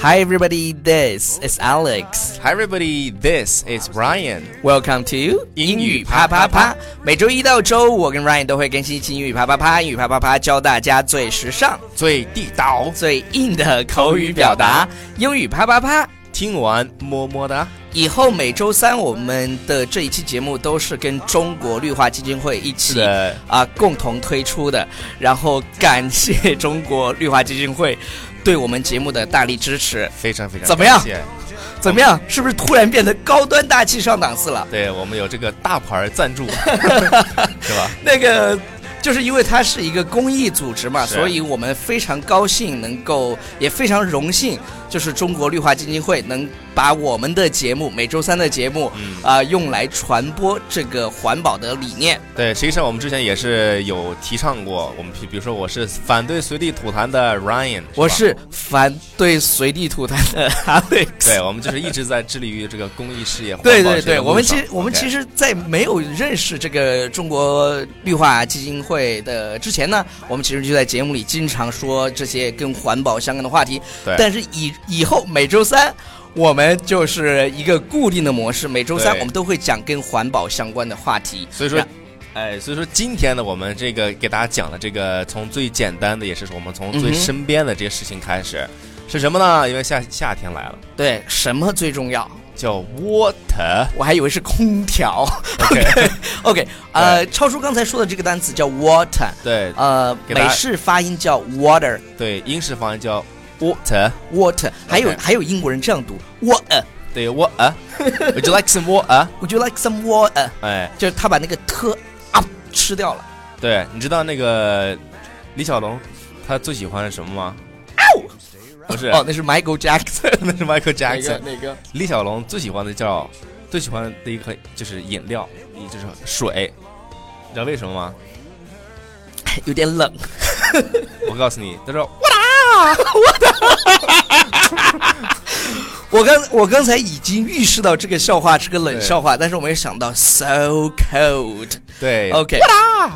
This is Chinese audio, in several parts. Hi everybody, this is Alex. Hi everybody, this is Ryan. Welcome to 英语啪啪啪。每周一到周五，我跟 Ryan 都会更新一期英语啪啪啪。英语啪啪啪教大家最时尚、最地道，最硬的口语表达。英语啪啪啪。听完么么哒。以后每周三我们的这一期节目都是跟中国绿化基金会一是起的，啊共同推出的，然后感谢中国绿化基金会对我们节目的大力支持。非常非常怎么样感谢怎么样？是不是突然变得高端大气上档次了？对我们有这个大牌赞 助，是吧？那个就是因为它是一个公益组织嘛，是所以我们非常高兴能够，也非常荣幸，就是中国绿化基金会能把我们的节目每周三的节目嗯，啊、用来传播这个环保的理念。对，实际上我们之前也是有提倡过，我们比比如说我是反对随地吐痰的 Ryan，吧我是反对随地吐痰的 Alex。对，我们就是一直在致力于这个公益事业。对环保对事业对，的我们路其上实我们 OK 其实，在没有认识这个中国绿化基金会的之前呢，我们其实就在节目里经常说这些跟环保相关的话题。对但是以以后每周三。我们就是一个固定的模式，每周三对我们都会讲跟环保相关的话题。所以说然，哎，所以说今天呢，我们这个给大家讲的这个，从最简单的，也是我们从嗯最哼身边的这些事情开始，是什么呢？因为夏夏天来了，对，什么最重要？叫 water。我还以为是空调。 OK， OK，呃，超叔刚才说的这个单词叫 water，对呃，给大美家式发音叫 water。对，英式方言叫 water。 water，还有还有英国人这样读 water。对，water，Would you like some water？ Would you like some water？呃哎，就是他把那个特啊吃掉了。对，你知道那个李小龙他最喜欢什么吗？不是，哦，那是 Michael Jackson。 那是 Michael 哪 Jackson。哪个？李小龙最喜欢的叫最喜欢的一个就是饮料，也就是水，你知道为什么吗？有点冷。我告诉你，他说我刚我刚才已经预示到这个笑话是个冷对笑话，但是我没有想到 so cold。对 OK。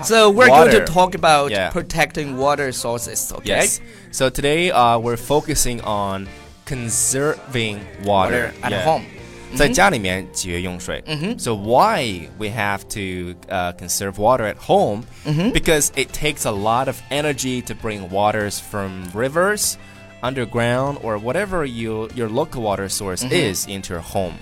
So we're going to Water. talk about Yeah. protecting water sources. Okay. yes. So today, uh, we're focusing on conserving water, Water at Yeah. home. 在家里面节约用水。哼 So why we have to uh, conserve water at home? Because it takes a lot of energy to bring waters from rivers, underground, or whatever you, your local water source is into your home.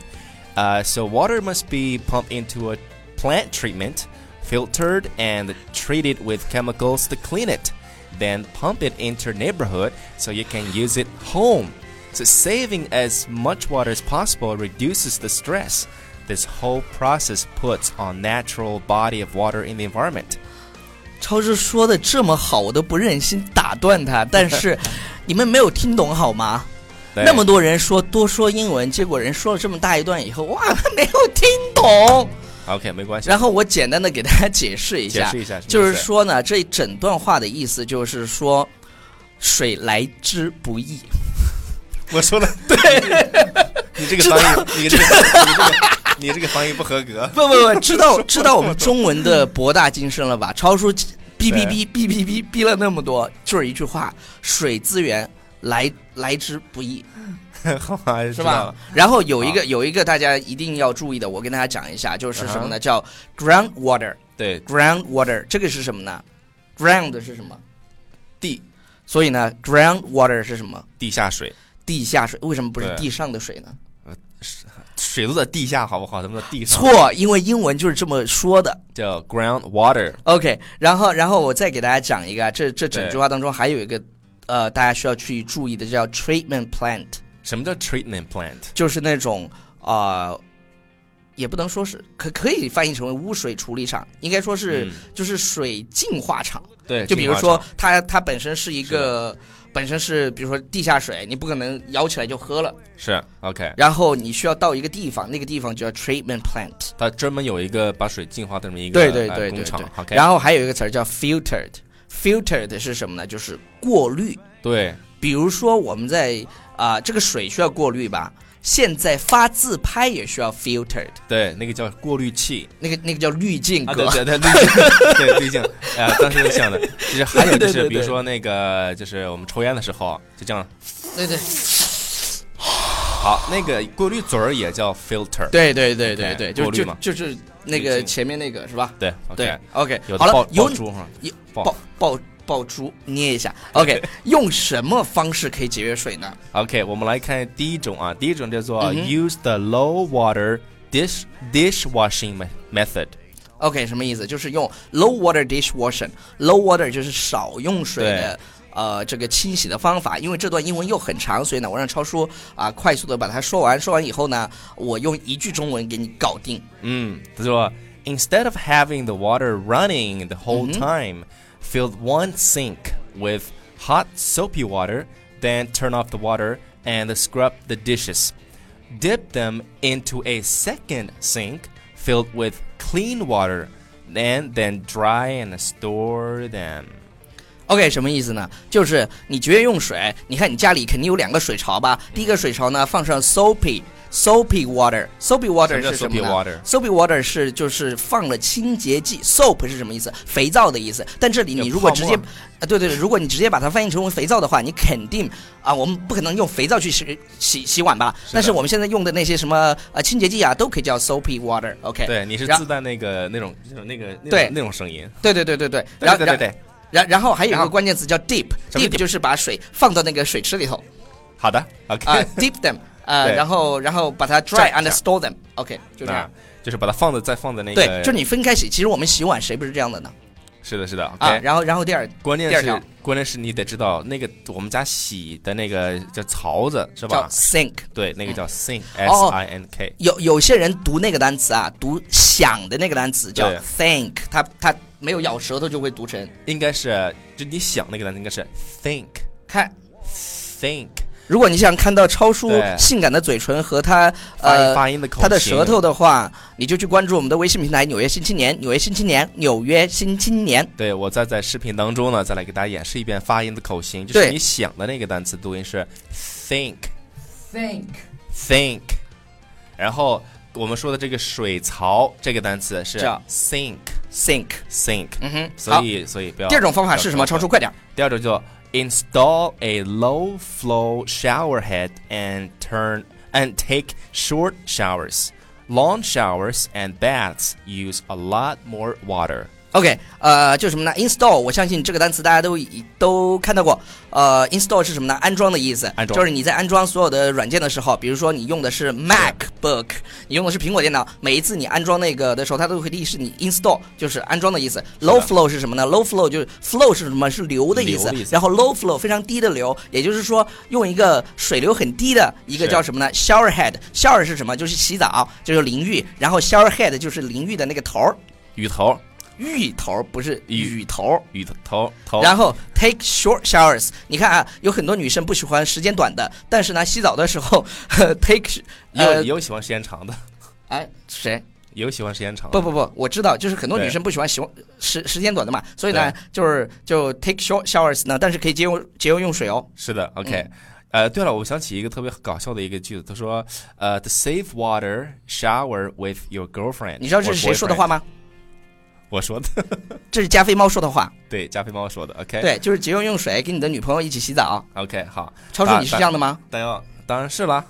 Uh, so water must be pumped into a plant treatment, filtered and treated with chemicals to clean it. Then pump it into your neighborhood so you can use it home. So saving as much water as possible reduces the stress this whole process puts on natural body of water in the environment. 超市说的这么好，我都不忍心打断他，但是你们没有听懂好吗？对那么多人说多说英文，结果人说了这么大一段以后，哇，没有听懂。 OK，没关系。 然后我简单的给大家解释一下，解释一下什么意思就是说呢，这一整段话的意思就是说，水来之不易。我说了，对，你这个翻译，你这个，你这个，你这个翻译不合 格。不不不，知 道知道我们中文的博大精深了吧？超叔哔哔哔哔哔哔哔了那么多，就是一句话：水资源来来之不易。好吧，是知道吧了？？然后有一个有一个大家一定要注意的，我跟大家讲一下，就是什么呢？叫 ground water。对， ground water 这个是什么呢？ground 是什么？地所以呢，ground water 是什么？地下水，地下水。为什么不是对地上的水呢？水都在地下，好不好？咱们在地上错，因为英文就是这么说的。叫 ground water。 OK，然后然后我再给大家讲一个啊，这这整对句话当中还有一个呃，大家需要去注意的叫 treatment plant，什么叫 treatment plant？就是那种呃。也不能说是可可以翻译成为污水处理厂，应该说是、嗯就是水净化厂。对，就比如呃净化说厂，它它本身是一个，本身是比如说地下水，你不可能舀起来就喝了，是 OK，然后你需要到一个地方，那个地方叫 treatment plant。它专门有一个把水净化的这么一个对对呃对对工厂对。。 OK，然后还有一个词儿叫 filtered。filtered 是什么呢？就是过滤。对比如说我们在啊、这个水需要过滤吧，现在发自拍也需要 filtered，对，那个叫过滤器。那个那个叫滤镜啊，哥。对对对，滤镜，对 滤镜，呃，当时就想的，就是还有就对对对是，对比如说那个，就是我们抽烟的时候，就这样， 对对好，那个过滤嘴儿也叫 filter。对对对对 OK，对，就过滤就嘛就是那滤个镜前面那个是吧？对对，OK， ，OK，有好的爆了，有爆珠哈，有爆爆爆爆珠，捏一下。OK，用什么方式可以节约水呢？ OK，我们来看第一种啊，第一种叫做嗯哼 use the low water dish dishwashing me- method。 OK，什么意思？就是用 low water dishwasher。low water 就是少用水的。呃，这个清洗的方法，因为这段英文又很长，所以呢，我让超叔啊、快速的把它说完。说完以后呢，我用一句中文给你搞定。嗯，他说，instead uh, of having the water running the whole Mm-hmm. time, fill one sink with hot soapy water, then turn off the water and scrub the dishes. Dip them into a second sink filled with clean water, and then dry and store them. OK，什么意思呢？就是你节约用水，你看你家里肯定有两个水槽吧？第一个水槽呢，放上 soapy soapy water。soapy 什 water 么叫是什么 soapy 呢 water？ soapy water 是就是放了清洁剂，soap 是什么意思？肥皂的意思。但这里你有如果泡直沫接，啊，对对对，如果你直接把它翻译成为肥皂的话，你肯定啊，我们不可能用肥皂去洗洗洗碗吧？但是我们现在用的那些什么呃清洁剂啊，都可以叫 soapy water。OK，对，你是然自带那个那种那种那个那种对那种声音。对对对对对，对然后对对对，然然后还有一然个后关键词叫什么 deep，deep deep？就是把水放到那个水池里头好的，OK，、 啊，deep them 啊，对然后然后把它样 dry 这 and 样 store them，OK，就这那样。就是把它放在再放在那个，对，就你分开洗。其实我们洗碗谁不是这样的呢？是的，是的，OK、啊，然后然后第二关键第二是条关键是你得知道那个我们家洗的那个叫槽子是叫吧？ sink，对，那个叫 sink s 哦 i n k。有有些人读那个单词啊，读想的那个单词叫对 think，他他没有咬舌头就会读成应该是就你想那个单词应该是 think 看。 think 如果你想看到超叔对性感的嘴唇和他发音、呃发音的口型，他的舌头的话，你就去关注我们的微信平台《纽约新青年》，《纽约新青年》，《纽约新青年》。对，我再在视频当中呢，再来给大家演示一遍发音的口型，就是对你想的那个单词读音是 think Think think，然后我们说的这个水槽这个单词是叫 sink sink， sink，嗯哼，所以所以不要。第二种方法是什么？超叔，快点儿！第二种叫 install a low flow shower head and turn and take short showers. Long showers and baths use a lot more water. OK，呃，就什么呢？Install，我相信这个单词大家都已都看到过。呃，install 是什么呢？安装的意思，安装就是你在安装所有的软件的时候，比如说你用的是 MacBook，你用的是苹果电脑，每一次你安装那个的时候，它都会提示你 install，就是安装的意思。的 Low flow 是什么呢？Low flow 就是 flow 是什么？是流的意流思的意思。然后 low flow 非常低的流，也就是说用一个水流很低的一个是叫什么呢？Shower head。Shower 是什么？就是洗澡，就是淋浴。然后 shower head 就是淋浴的那个头儿。雨头，芋头儿不是芋雨头儿。雨头头。然后 take short showers，你看啊，有很多女生不喜欢时间短的，但是呢，洗澡的时候 呵 take，sh- 也有呃也，有喜欢时间长的， 哎，谁？也有喜欢时间长的。不不不，我知道，就是很多对女生不喜欢喜欢时时间短的嘛，所以呢，就是就 take short showers 呢，但是可以节约节约用水哦。是的，OK，、呃，对了，我想起一个特别搞笑的一个句子，他说，呃、t h e save water shower with your girlfriend。你知道这是谁说的话？吗？哎我说的，这是加菲猫说的话，对，加菲猫说的。OK，对，就是节约用水，跟你的女朋友一起洗澡。 ，OK，好，超叔，啊你是这样的吗当然当然是啦。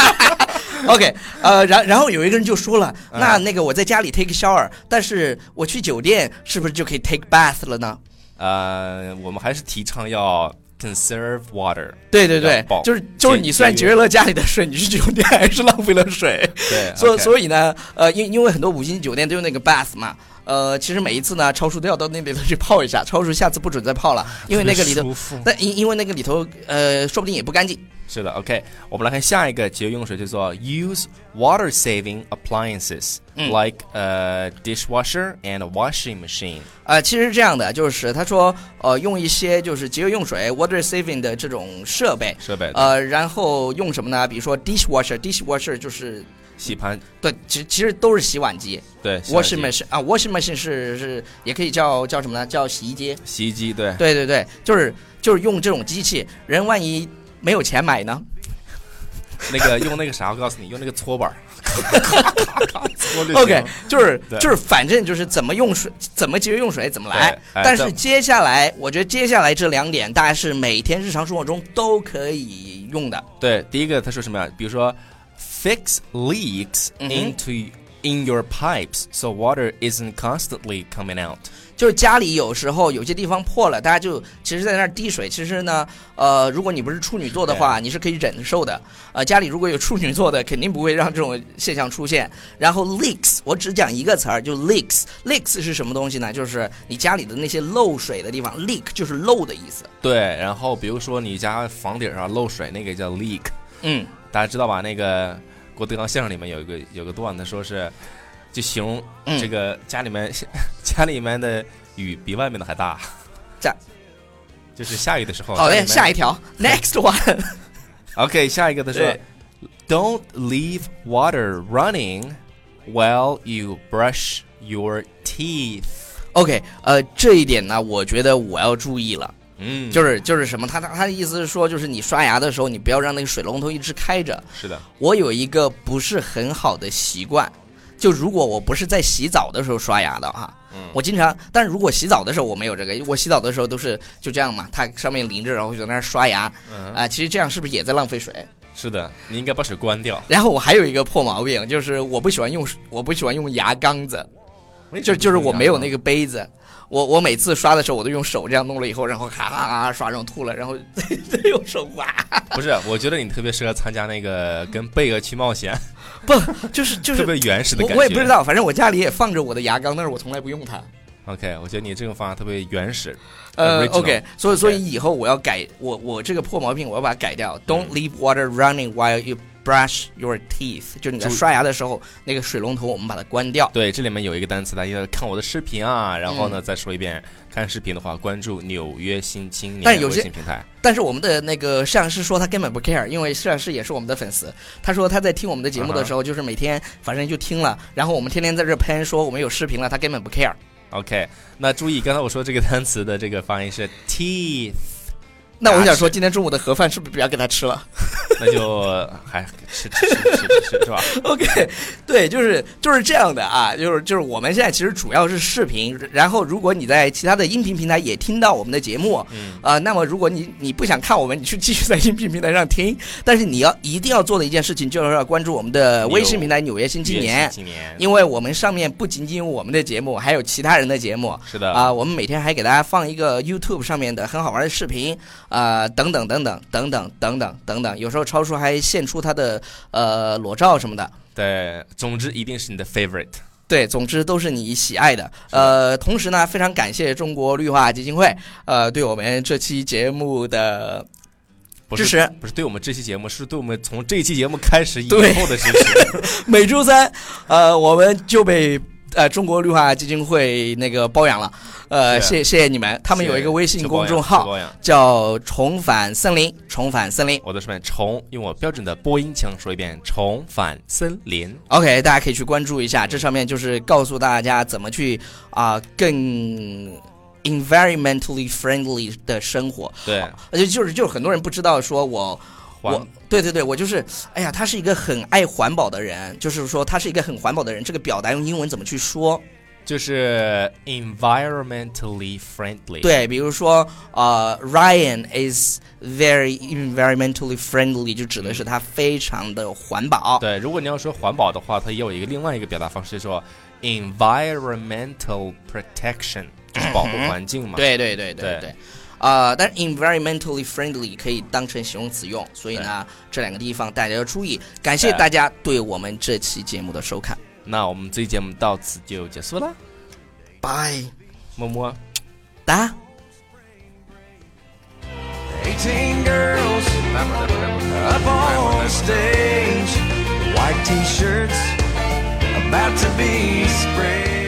？OK，呃，然然后有一个人就说了，那那个我在家里 take shower，但是我去酒店是不是就可以 take bath 了呢？呃，我们还是提倡要 conserve water。对对对要保，就是就是节你虽然节约了家里的水，你去酒店还是浪费了 水。 对，所 OK 所以呢，呃，因因为很多五星级酒店都有那个 bath 嘛，呃，其实每一次呢，超叔都要到那里头 去泡一下，超叔下次不准再泡了，因为那个里特 头，别舒服那因因为那个里头，呃，说不定也不干净。是的，OK，我们来看下一个节约用水，叫做 use water saving appliances、like 嗯 a dishwasher and a washing machine。呃，其实是这样的，就是他说，呃，用一些就是节约用水 water saving 的这种设备，设备呃，然后用什么呢？比如说 dishwasher，dishwasher 就是洗盘对，其其实都是洗碗机，对 washing 洗碗机 machine 啊，washing machine 是是也可以叫叫什么呢？叫洗衣机。洗衣机对对对对，就是就是用这种机器，人万一没有钱买呢那个用那个啥，我告诉你，用那个搓 板儿， 搓就行？OK，就是 对就是反正就是怎么用水，怎么节约用水，怎么来对。哎但是这接下来，我觉得接下来这两点，大家是每天日常生活中都可以用的。对，第一个他说什么呀？比如说，fix leaks 嗯哼 into in your pipes so water isn't constantly coming out。就是家里有时候有些地方破了，大家就其实在那儿滴水。其实呢，呃，如果你不是处女座的哎话，你是可以忍受的。呃，家里如果有处女座的，肯定不会让这种现象出现。然后 leaks，我只讲一个词儿，就 leaks。leaks 是什么东西呢？就是你家里的那些漏水的地方，leak 就是漏的意思。对，然后比如说你家房顶上漏水，那个叫 leak，嗯，大家知道吧？那个郭德纲相声里面有一个有个段子，说是就形容嗯这个家里面、 家里面的雨比外面的还大。在就是下雨的时候。好嘞，哦下一 一条，next one。 OK，下一个他说对，Don't leave water running while you brush your teeth。 OK，呃，这一点呢，我觉得我要注意了。嗯，就是就是什么，他他他的意思是说，就是你刷牙的时候，你不要让那个水龙头一直开着。是的，我有一个不是很好的习惯，就如果我不是在洗澡的时候刷牙的哈，我经常，但如果洗澡的时候我没有这个，我洗澡的时候都是就这样嘛，它上面淋着，然后就在那儿刷牙，啊、嗯，其实这样是不是也在浪费水？是的，你应该把水关掉。然后我还有一个破毛病，就是我不喜欢用，我不喜欢用牙缸子，就就是我没有那个，个杯子。我我每次刷的时候，我都用手这样弄了以后，然后哈哈哈哈刷，然后吐了，然后 再用手挖。不是，我觉得你特别适合参加那个跟贝尔去冒险，不，就是就特是，别原始的我感觉。我也不知。道，反正我家里也放着我的牙缸，但是我从来不用它。 OK，我觉得你这种方法特别原始。呃 original ，OK，所以所以以后我要改我我这个破毛病，我要把它改嗯掉。Don't leave water running while you brush your teeth，就你在注意刷牙的时候，那个水龙头我们把它关掉。对，这里面有一个单词，大家要看我的视频啊。然后呢，嗯再说一遍，看视频的话，关注纽约新青年但有些微信平台。但是我们的那个摄像师说他根本不 care，因为摄像师也是我们的粉丝。他说他在听我们的节目的时候，就是每天反正就听了，然后我们天天在这喷说我们有视频了，他根本不 care。 OK，那注意，刚才我说这个单词的这个发音是 teeth， 那我想牙说，齿今天中午的盒饭是不是不要给他吃了那就还吃吃吃吃吃吃是 吧？ ？OK，对，就是就是这样的啊，就是就是我们现在其实主要是视频，然后如果你在其他的音频平台也听到我们的节目，嗯，啊，那么如果你你不想看我们，你去继续在音频平台上听，但是你要一定要做的一件事情就是要关注我们的微信平台《纽约新青年》，今年因为我们上面不仅仅有我们的节目，还有其他人的节目。是的啊、我们每天还给大家放一个 YouTube 上面的很好玩的视频，啊、等等等等等等等等等等，有时候超叔还献出他的呃裸照什么的，对，总之一定是你的 favorite。对，总之都是你喜爱的。呃，同时呢，非常感谢中国绿化基金会，呃，对我们这期节目的不支是持。不是对我们这期节目，是对我们从这期节目开始以后对的支持。每周三，呃，我们就被呃中国绿化基金会那个包养了，呃，是谢谢谢你们， 他们有一个微信求包公养众求号包养叫“重返森林”，重返森林。我的说遍重，用我标准的播音腔说一遍，重返森林。 OK，大家可以去关注一下，这上面就是告诉大家怎么去啊、更 environmentally friendly 的生活。对，而且就是就是很多人不知道，说我环我对对对，我就是哎呀，他是一个很爱环保的人，就是说他是一个很环保的人。这个表达用英文怎么去说？就是 environmentally friendly。，对，比如说呃，Ryan is very environmentally friendly，就指的是他非常的环保。 对，如果你要说环保的话，它也有一个另外一个表达方式，说 environmental protection，就是保护环境嘛。，嗯对对对对对对。呃，但是 environmentally friendly 可以当成形容词用，所以呢，这两个地方大家要注意。感谢对大家对我们这期节目的收看，那我们这期节目到此就结束了，拜么么。哒。 18 girls up on stage, white t shirts about to be sprayed.